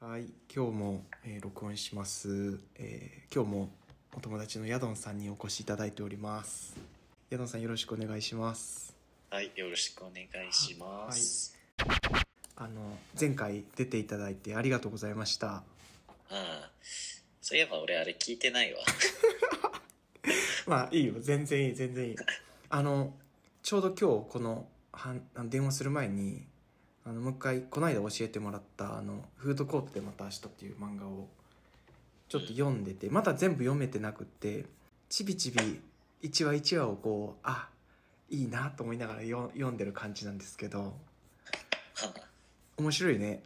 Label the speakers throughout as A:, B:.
A: はい、今日も、えー録音します、えー今日もお友達のヤドンさんにお越しいただいております。ヤドンさんよろしくお願いします。
B: はい、よろしくお願いします。
A: あの前回出ていただいてありがとうございました。
B: ああ、そういえば俺あれ聞いてないわ。
A: まあいいよ、全然いい全然いい。あのちょうど今日このはんあの電話する前に。あのもう一回この間教えてもらった「あのフードコートでまた明日」っていう漫画をちょっと読んでてまだ全部読めてなくってちびちび一話一話をこうあいいなと思いながらよ読んでる感じなんですけど面白いね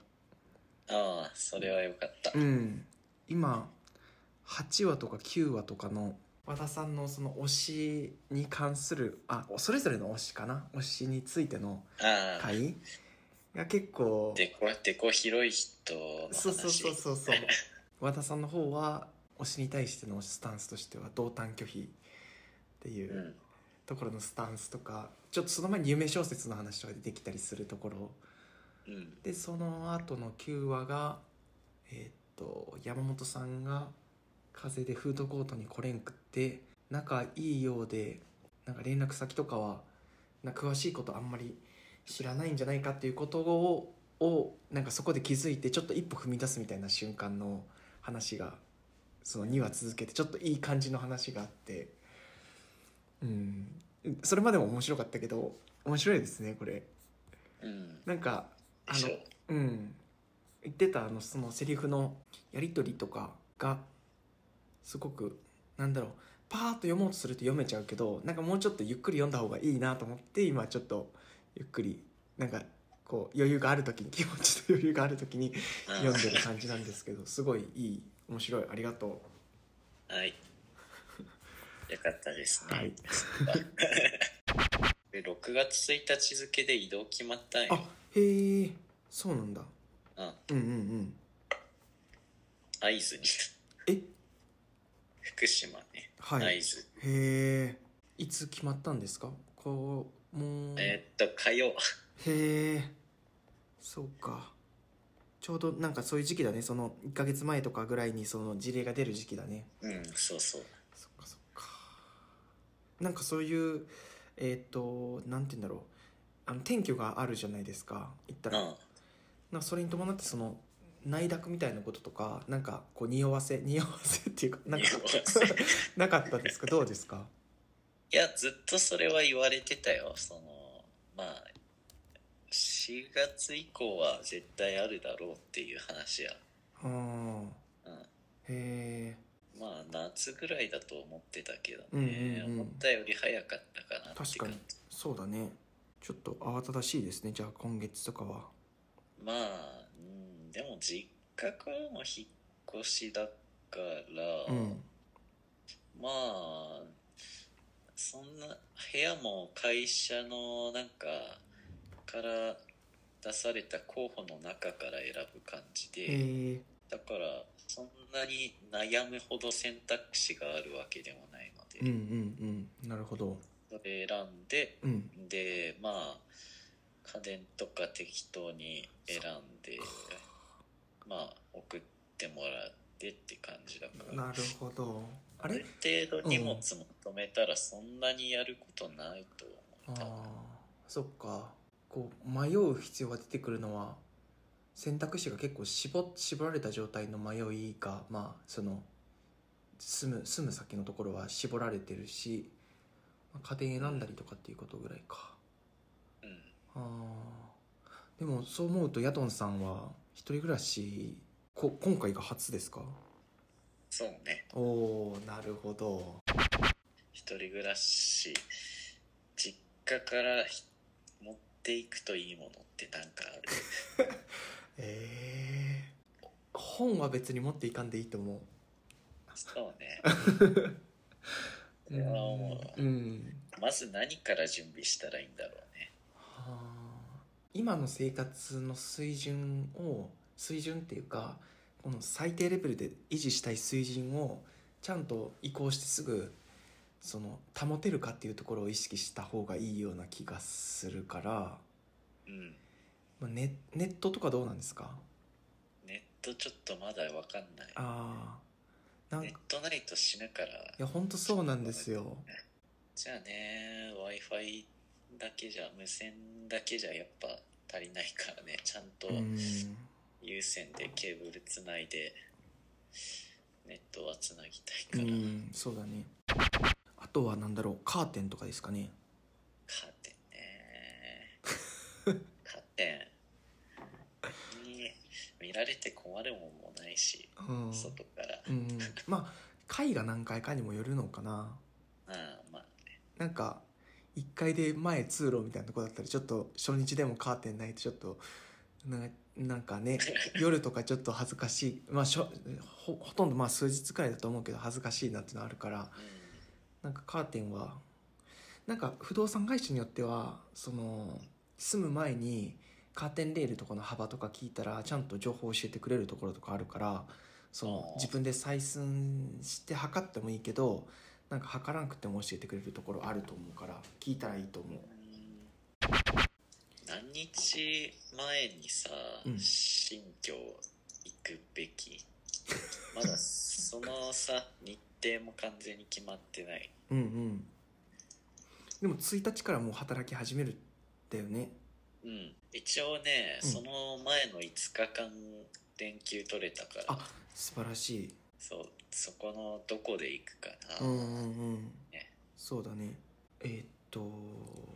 B: ああ、それはよかった。
A: うん今8話とか9話とかの和田さんのその推しに関するあそれぞれの推しかな推しについての
B: ああ、
A: 回が結構
B: でこでこ広い人の話。、
A: そうそうそうそうそう和田さんの方は推しに対してのスタンスとしては同担拒否っていううんところのスタンスとかちょっとその前に夢小説の話とか出てきたりするところ
B: うん、
A: でその後の9話がえーっと山本さんが風邪でフードコートに来れんくって仲いいようでなんか連絡先とかはなんか詳しいことあんまり知らないんじゃないかっていうことををなんかそこで気づいてちょっと一歩踏み出すみたいな瞬間の話がその2話続けてちょっといい感じの話があってうんそれまでも面白かったけど面白いですねこれ
B: うん。
A: なんか
B: で
A: あ
B: し
A: の
B: ょ
A: うん、言ってたあのそのセリフのやり取りとかがすごくなんだろうパーッと読もうとすると読めちゃうけどなんかもうちょっとゆっくり読んだ方がいいなと思って今ちょっとゆっくりなんかこう余裕がある時に気持ちと余裕がある時に読んでる感じなんですけどすごいいい面白いありがと
B: うんはい。よかったです
A: う。
B: ね。
A: はい、
B: で6月1日付で移動決まったん
A: あ
B: よ。
A: へえそうなんだ
B: うん、
A: うんうんうん
B: 会津に。
A: え
B: 福島ね。
A: はい
B: 会津。
A: へえいつ決まったんですかこうもう
B: えーっと、火曜。
A: へえそうかちょうどなんかそういう時期だねその1ヶ月前とかぐらいにその事例が出る時期だね
B: うん、そうそう。
A: そっかそっかなんかそういうえっ、となんて言うんだろうあの転居があるじゃないですか行った
B: うん、
A: ら、
B: あ
A: なんかそれに伴ってその内諾みたいなこととかなんかこう匂わせ 匂わせっていうかなんか
B: 匂わせ
A: なかったですかどうですか
B: いや、ずっとそれは言われてたよ。その、まあ、4月以降は絶対あるだろうっていう話や。
A: うん
B: うん。
A: へえ
B: まあ、夏ぐらいだと思ってたけど
A: うん
B: ね。
A: うんうん
B: 思ったより早かったかなって感じ。
A: 確かにそうだねちょっと慌ただしいですねじゃあ今月とかは
B: まあ、うん、でも実家からの引っ越しだから、
A: うん
B: まあ、そんな、部屋も会社のなんか、から出された候補の中から選ぶ感じで、
A: へえ
B: だからそんなに悩むほど選択肢があるわけでもないので、
A: うんうんうんなるほど
B: それ選んで
A: うん
B: でまあ家電とか適当に選んでまあ送ってもらってって感じだから
A: なるほどあ
B: あ
A: れ
B: る程度荷物も止めたらそんなにやることないと
A: あ
B: 思う、
A: ーそっかこう迷う必要が出てくるのは選択肢が結構絞絞られた状態の迷いがまあその住む住む先のところは絞られてるしまあ家電選んだりとかっていうことぐらいか
B: 多分うん
A: あーでもそう思うとヤトンさんは一人暮らしこ今回が初ですか
B: そうね
A: おーなるほど
B: 一人暮らし実家からひ持っていくといいものってなんか ある
A: えー本は別に持っていかんでいいと思う
B: そうね。そ
A: うん
B: れは思うわ
A: うん
B: まず何から準備したらいいんだろうね。
A: はあ今の生活の水準を水準っていうかこの最低レベルで維持したい水準をちゃんと移行してすぐその保てるかっていうところを意識した方がいいような気がするから、
B: うん。
A: まあ、ネネットとかどうなんですか
B: ネットちょっとまだわかんない
A: ああなんか
B: ネットないと死ぬから
A: いやほんとそうなんですよ
B: じゃあね w i f i だけじゃ無線だけじゃやっぱ足りないからねちゃんと
A: うん
B: 有線でケーブルつないでネットはつなぎたいうから、
A: んそうだねあとはなんだろうカーテンとかですかね
B: カーテンねカーテンに見られて困るもんもないし
A: うん
B: 外から
A: うん、まあ回が何回かにもよるのかな
B: ああまあ
A: なんか1階で前通路みたいなとこだったらちょっと初日でもカーテンないとちょっとななんかね夜とかちょっと恥ずかしいまあしょほほとんどまあ数日くらいだと思うけど恥ずかしいなっていうのはあるから
B: う
A: なんかカーテンはなんか不動産会社によってはその住む前にカーテンレールとかの幅とか聞いたらちゃんと情報を教えてくれるところとかあるからその
B: あー
A: 自分で採寸して測ってもいいけどなんか測らなくても教えてくれるところあると思うから聞いたらいいと思うん
B: うん何日前にさ、
A: うん
B: 新居行くべきまだそのさ日程も完全に決まってない
A: うんうんでも1日からもう働き始めるんだよね
B: うん一応ね、
A: うん
B: その前の5日間連休取れたから
A: あ素晴らしい
B: そうそこのどこで行くか
A: う
B: な、
A: んうんうん
B: ね
A: そうだねえーっと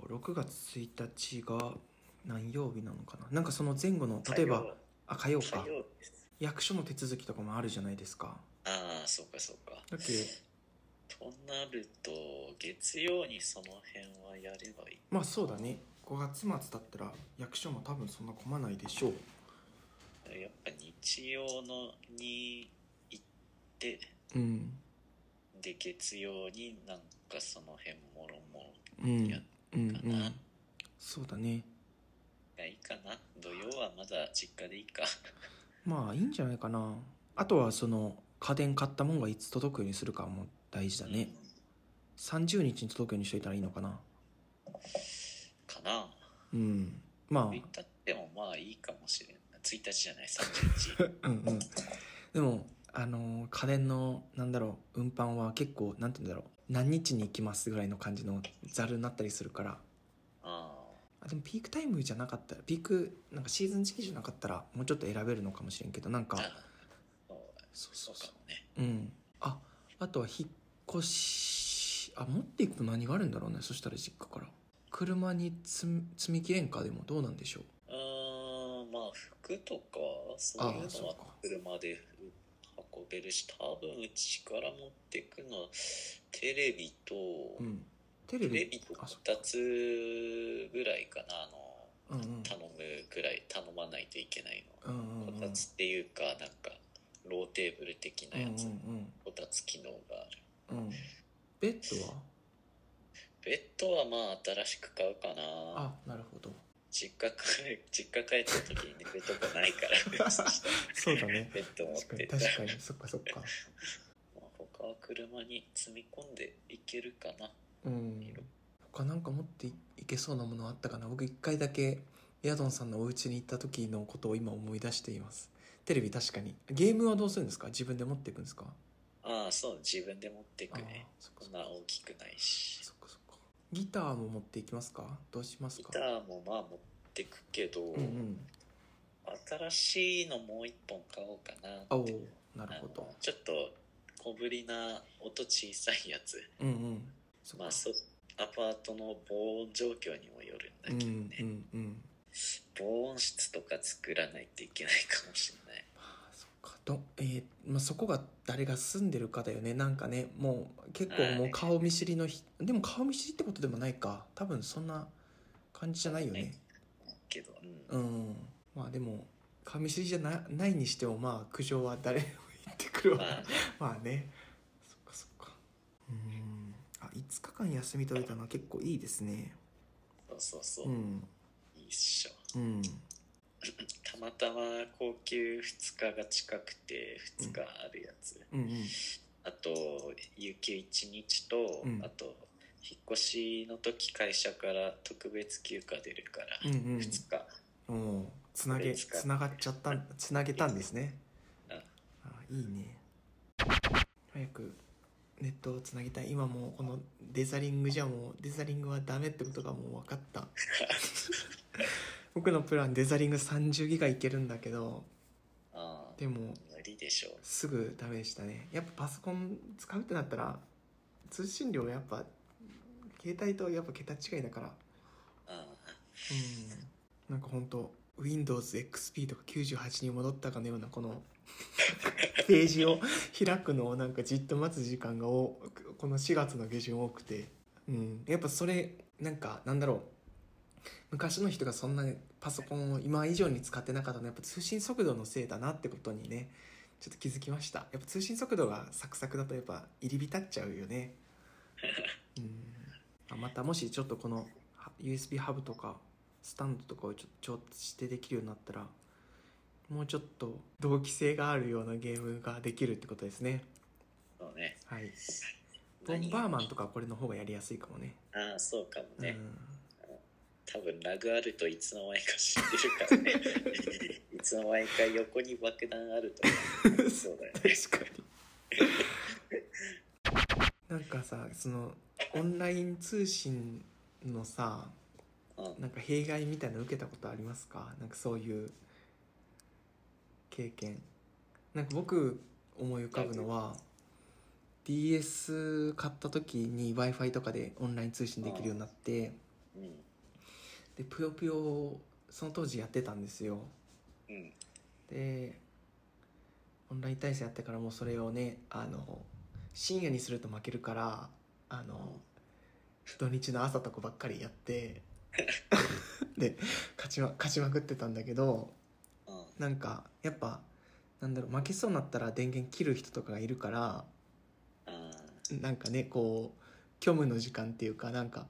A: 6月1日が何曜日なのかななんかその前後の例えばあ火曜
B: 火
A: か
B: 曜火曜です
A: 役所の手続きとかもあるじゃないですか
B: ああそうかそうか
A: だっけ
B: となると月曜にその辺はやればいい
A: まあそうだね5月末だったら役所も多分そんな混まないでしょう
B: やっぱ日曜のに行って
A: うん
B: で月曜になんかその辺もろも
A: う
B: ろ
A: ん
B: やっ
A: うんう
B: かなん
A: そうだね
B: たらいいかな土曜はまだ実家でいいか
A: まあいいんじゃないかなあとはその家電買ったもんがいつ届くようにするかも大事だね、30日に届くようにしといたらいいのかな
B: かな
A: うんまあ
B: 1日でもまあいいかもしれんな1日じゃない30日
A: うんうん、でもあのー家電のなんだろう運搬は結構なんて言うんだろう何日に行きますぐらいの感じのざるになったりするから
B: あ
A: あでもピークタイムじゃなかったらピークなんかシーズン時期じゃなかったらもうちょっと選べるのかもしれんけどなん
B: あ
A: か
B: じゃあそう
A: そう
B: そうかもね
A: うんああとは引っ越しあ持っていくと何があるんだろうねそしたら実家から車に積み積みきれんかでもどうなんでしょう
B: うーんまあ服とかそう
A: あ
B: い
A: あ
B: うの
A: そ
B: は
A: うか
B: 車で運べるし多分うちから持ってくのはテレビと、
A: うんテレ
B: テ
A: ビ
B: レビとか
A: あそっか
B: 2つぐらいかなあの
A: うんうん
B: 頼むぐらい頼まないといけない
A: うんうんう
B: の
A: ん
B: こたつっていうかなんかローテーブル的なやつ、
A: うん
B: こたつ機能がある
A: うんうん、うん、ベッドは
B: ベッドはまあ新しく買うかな
A: あなるほど
B: 実家帰 実家帰った時に寝るとこないか ら
A: そうだね
B: ベッド持っ
A: 確か
B: て
A: に
B: った
A: 確かにそっかそっか
B: まあ他は車に積み込んでいけるかな
A: うん他なんか持っていけそうなものあったかな僕一回だけヤドンさんのお家に行った時のことを今思い出していますテレビ確かにゲームはどうするんですか自分で持っていくんですか
B: ああそう自分で持ってくね
A: あーそっか
B: こ
A: そ
B: ん
A: っ
B: な
A: か
B: 大きくないし
A: そっかそっかギターも持っていきますかどうします
B: ギ
A: か
B: ターもまあ持ってくけど、
A: うんうん
B: 新しいのもう一本買おうかな
A: あお
B: っ
A: う
B: て
A: なるほ
B: あ
A: ど
B: のちょっと小ぶりな音小さいやつ
A: うんうんそっ
B: ま
A: か
B: あそアパートの防音状況にもよるんだ
A: う
B: け
A: ん
B: どね、
A: うんうん
B: 防音室とか作らないといけないかもしれない
A: あそっかど、えーまあ、そこが誰が住んでるかだよねなんかねもう結構も
B: は
A: う
B: い
A: 顔見知りのひでも顔見知りってことでもないか多分そんな感じじゃないよね
B: けど、うん
A: うんまあでも顔見知りじゃなないにしてもまあ苦情は誰も言ってくるわ
B: まあ
A: まあねそっかそっかうんあ5日間休み取れたのは結構いいですね
B: そうそうそう、
A: うん
B: いいっしょ
A: うん
B: たまたま高級2日が近くて2日あるやつ、
A: うんうん
B: あと有給1日と、
A: うん
B: あと引っ越しの時会社から特別休暇出るから
A: うんうん
B: 2日、
A: もうつなげ
B: これ使っ
A: つながっちゃったつなげたんですねいいね早くネットをつなぎたい今もうこのデザリングじゃもうデザリングはダメってことがもう分かった僕のプランデザリング30ギガいけるんだけど
B: ああ
A: でも
B: 無理でしょう
A: すぐダメでしたねやっぱパソコン使うってなったら通信量がやっぱ携帯とやっぱ桁違いだから
B: あ
A: うんなんかほんと WindowsXP とか98に戻ったかのようなこのページを開くのをなんかじっと待つ時間が多くこの4月の下旬多くて、うん、やっぱそれなんかなんだろう昔の人がそんなにパソコンを今以上に使ってなかったのはやっぱ通信速度のせいだなってことにねちょっと気づきましたやっぱ通信速度がサクサクだとやっぱ入り浸っちゃうよねうんあまたもしちょっとこのは USB ハブとかスタンドとかをちょ調してできるようになったらもうちょっと同期性があるようなゲームができるってことですね
B: あ そうね
A: はいボン
B: 何
A: バーマンとかはこれの方がやりやすいかもね
B: ああそうかもね、
A: う
B: 多分ラグあるといつの間にか死ん でるからねいつの間にか横に爆弾あるとかそうだよ
A: ん
B: ね
A: 確かになんかさそのオンライン通信のさ
B: うん
A: なんか弊害みたいなの受けたことありますかなんかそういう経験なんか僕思い浮かぶのは DS 買った時に w i f i とかでオンライン通信できるようになって
B: うん
A: でぷよぷよをその当時やってたんですよ
B: うん
A: でオンライン対戦やってからもうそれをねあの深夜にすると負けるからあの土日の朝とかばっかりやって で勝ち,、ま、勝ちまくってたんだけど
B: うん
A: なんかやっぱなんだろう負けそうになったら電源切る人とかがいるから
B: あ
A: なんかねこう虚無の時間っていうかなんか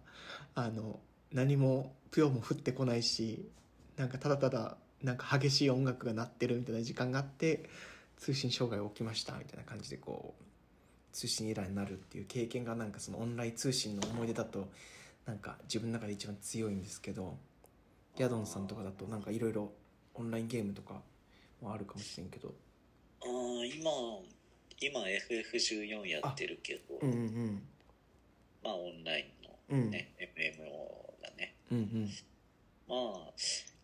A: あの何もぷよも降ってこないしなんかただただなんか激しい音楽が鳴ってるみたいな時間があって通信障害が起きましたみたいな感じでこう通信エラーになるっていう経験がなんかそのオンライン通信の思い出だとなんか自分の中で一番強いんですけどヤドンさんとかだとなんかいろいろオンラインゲームとかもあるかもしれんけど
B: あ今今 FF14 やってるけど、
A: うんうん
B: まあオンライ
A: うんう
B: ンの
A: ん
B: ね、MMO だね
A: うんうん
B: まあ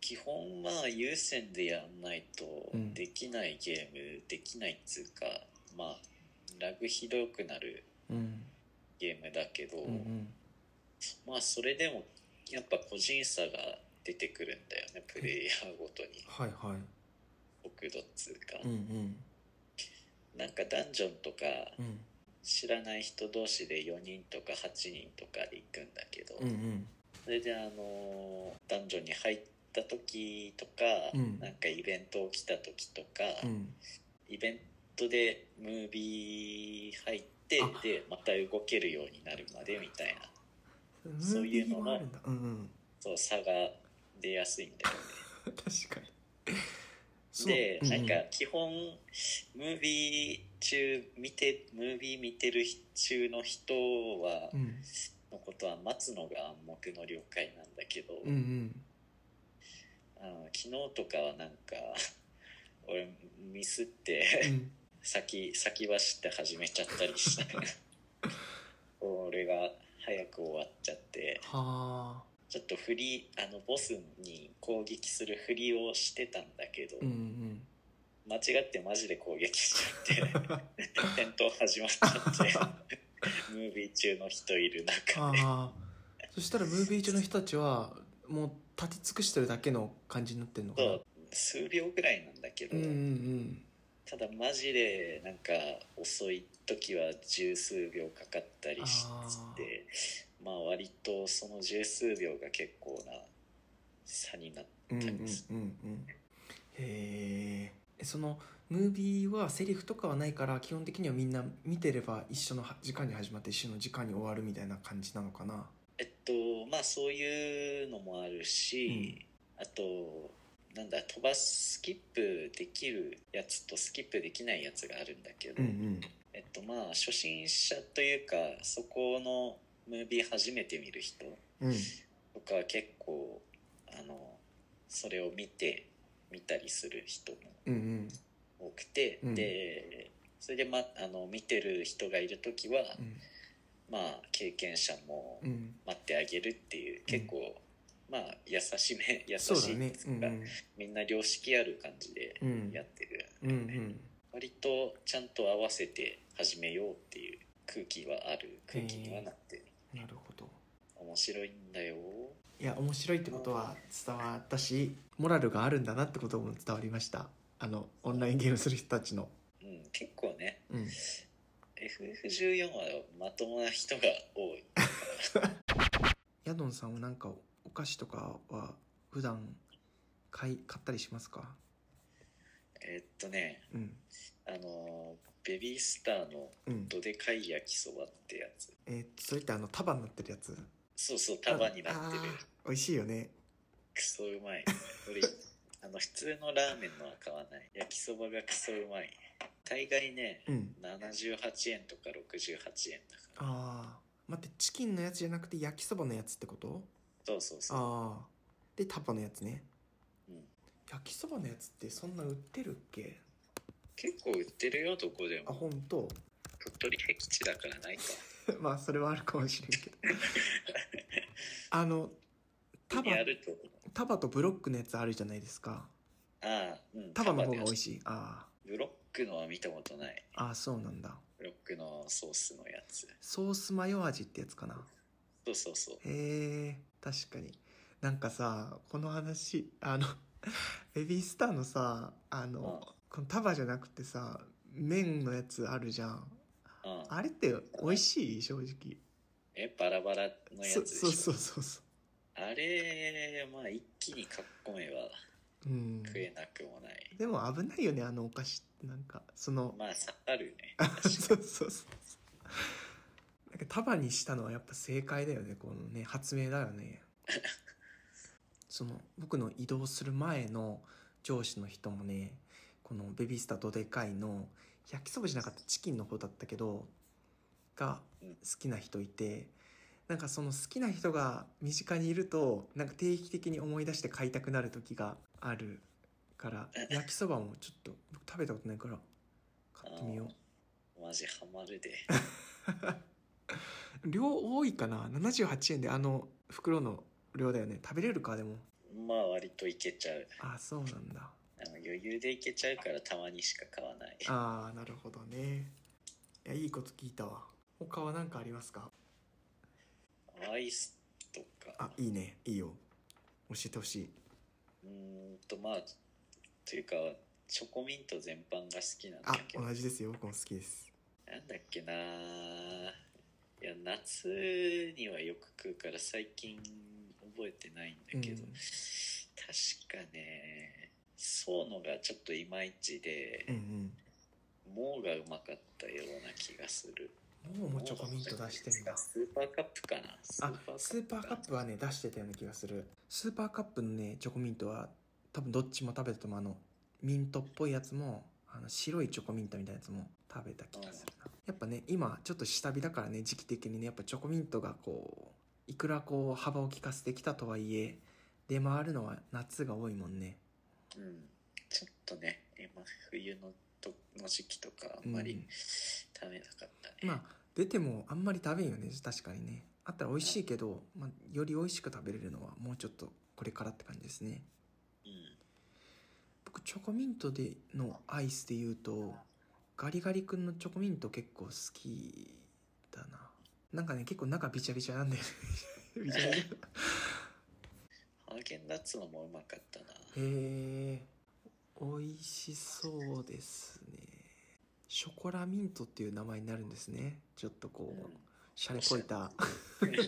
B: 基本は有線でやんないと
A: うん
B: できないゲームできないっつうかまあラグひどくなる
A: うん
B: ゲームだけど、
A: うんうん
B: まあそれでもやっぱ個人差が出てくるんだよねプレイヤーごとに
A: はいはい
B: 国土っつうか、
A: うんうん
B: なんかダンジョンとか
A: うん
B: 知らない人同士で4人とか8人とかで行くんだけど、
A: うん
B: それであのーダンジョンに入った時とか、
A: うん
B: なんかイベント起きた時とか、
A: うんうん
B: イベントでムービー入って
A: あ
B: でまた動けるようになるまでみたいなそういうのも
A: ムービーもあるんだうんうん
B: そう差が出やすいんだよね。
A: 確かにそう
B: で、
A: うんう
B: なんんか基本ムービー中見てムービー見てる中の人は、
A: うん
B: のことは待つのが暗黙の了解なんだけど、
A: うんうん
B: あの昨日とかはなんか 俺ミスって
A: う ん
B: 先先走って始めちゃったり して俺が早く終わっちゃって
A: はあ
B: ちょっとフリーあのボスに攻撃するふりをしてたんだけど、
A: うんうん
B: 間違ってマジで攻撃しちゃって 戦闘始まっちゃってムービー中の人いる中で
A: ああそしたらムービー中の人たちはもう立ち尽くしてるだけの感じになってるのかな
B: そう数秒ぐらいなんだけど、
A: うんうん
B: ただマジでなんか遅い時は十数秒かかったりしてまあ割とその十数秒が結構な差になっ
A: うんうんうんうんうんへーえそのムービーはセリフとかはないから基本的にはみんな見てれば一緒の時間に始まって一緒の時間に終わるみたいな感じなのかな
B: えっとまあそういうのもあるし、あとなんだ飛ばすスキップできるやつとスキップできないやつがあるんだけど、
A: ん
B: えっとまあ初心者というかそこのムービー初めて見る人
A: うんうん
B: とかは結構あのそれを見て見たりする人も
A: うん
B: 多くて、
A: うん
B: でそれで、ま、あの見てる人がいる時は、
A: うん
B: まあ経験者も
A: うん
B: 待ってあげるっていう、結構まあ優しめ優し
A: そうだ
B: い
A: ね
B: です
A: う
B: か、
A: ん
B: みんな良識ある感じで
A: うんうん
B: やってる、
A: うんうん
B: 割とちゃんと合わせて始めようっていう空気はある空気にはなってる、
A: なるほど
B: 面白いんだよ
A: いや面白いってことは伝わったしモラルがあるんだなってことも伝わりましたあのオンラインゲームする人たちの
B: うん結構ね
A: うん
B: FF14 はまともな人が多い
A: ヤドンさんはなんかお菓子とかは普段買い買ったりしますか
B: えーっとね
A: うん
B: あのーベビースターの
A: うん
B: どでかい焼きそばってやつ
A: えーっとそれってあの束になってるやつ
B: そうそう束になってる
A: あー美味しいよね
B: クソうまい俺あの普通のラーメンのは買わない焼きそばがクソうまい大概ね
A: うん
B: 78円とか68円だから
A: ああ待ってチキンのやつじゃなくて焼きそばのやつってこと
B: そうそうそう
A: ああでタパのやつね
B: うん
A: 焼きそばのやつってそんな売ってるっけ
B: 結構売ってるよどこで
A: あ
B: も
A: 本当
B: 鳥取僻地だからないか
A: まあそれはあるかもしれんけ どあのタバ
B: やると思う
A: タバとブロックのやつあるじゃないですか
B: ああうん
A: タバの方が美
B: 束で
A: 味しいあ
B: ブロックのは見たことない
A: あああそうなんだ
B: ブロックのソースのやつ
A: ソースマヨ味ってやつかな
B: そうそうそう
A: へえ確かになんかさこの話あの ベビースターのさあの、この束じゃなくてさ麺のやつあるじゃん
B: うん
A: あれって美味しい正直
B: えバラバラのやつ
A: そ
B: でし
A: そ
B: ょ
A: うそうそうそ
B: あれまあ一気にかっこめは
A: ううん
B: 食えなくもない、
A: でも危ないよねあのお菓子ってなんかその、
B: まあ刺 さるね
A: そうそうそうなんか束にしたのはやっぱ正解だよねこのね発明だよねその僕の移動する前の上司の人もねこのベビースターどでかいの焼きそばじゃなかったチキンの方だったけどが
B: うん
A: 好きな人いてなんかその好きな人が身近にいるとなんか定期的に思い出して買いたくなる時があるから焼きそばもちょっと僕食べたことないから買ってみよう
B: マジハマるで
A: 量多いかな78円であの袋の量だよね食べれるかでも
B: まあ割といけちゃう
A: あそうなんだ
B: あの余裕でいけちゃうからたまにしか買わない
A: ああなるほどねいやいいこと聞いたわ他は何かありますか
B: アイスとか
A: あいいねいいよ教えてほしいう
B: ーんとまあというかチョコミント全般が好きなんだ
A: あ
B: けど
A: 同じですよ僕も好きです
B: なんだっけないや夏にはよく食うから最近覚えてないんだけど、
A: うん
B: 確かねそうのがちょっといまいち
A: うん
B: で、もうがうまかったような気がする
A: うんもうもチョコミント出してんだ
B: スーパーカップかなス
A: あスーパーカップはね出してたような気がするスーパーカップのねチョコミントは多分どっちも食べたと思うあのミントっぽいやつもあの白いチョコミントみたいなやつも食べた気がするなやっぱね今ちょっと下火だからね時期的にねやっぱチョコミントがこういくらこう幅を利かせてきたとはいえ出回るのは夏が多いもんね
B: うんちょっとね今冬のとの時期とかあんま
A: う
B: り
A: ん
B: 食べなかったね、
A: まあ出てもあんまり食べんよね確かにねあったら美味しいけど、まあ、より美味しく食べれるのはもうちょっとこれからって感じですね
B: うん
A: 僕チョコミントでのアイスで言うとガリガリ君のチョコミント結構好きだななんかね結構中びちゃびちゃなんだよ ねびちゃびちゃへ
B: ハーゲンダッツのもうまかったな
A: え美味しそうですねショコラミントっていう名前になるんですねちょっとこうシャレこいたなる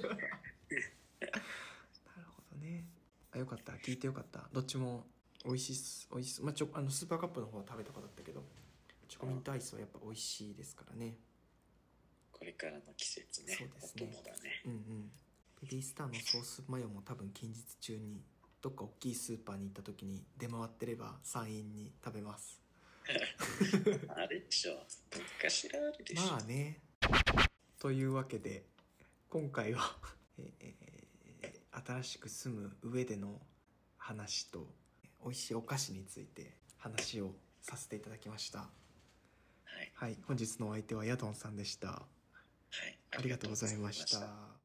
A: ほどねあよかった聞いてよかったどっちも美味しいっす美味しいっすまあ、ちょあのスーパーカップの方は食べたことあったけどチョコミントアイスはやっぱ美味しいですからね
B: これからの季節ね
A: そうですね
B: お供だね
A: うんうんベビースターのソースマヨも多分近日中にどっか大きいスーパーに行った時に出回ってれば3円に食べます
B: あれでしょどっかしらあるでしょ、
A: まあねというわけで今回は えー新しく住む上での話と美味しいお菓子について話をさせていただきました
B: はい。
A: はい本日のお相手はヤドンさんでした
B: はい。
A: ありがとうございました
B: ありがとうございま。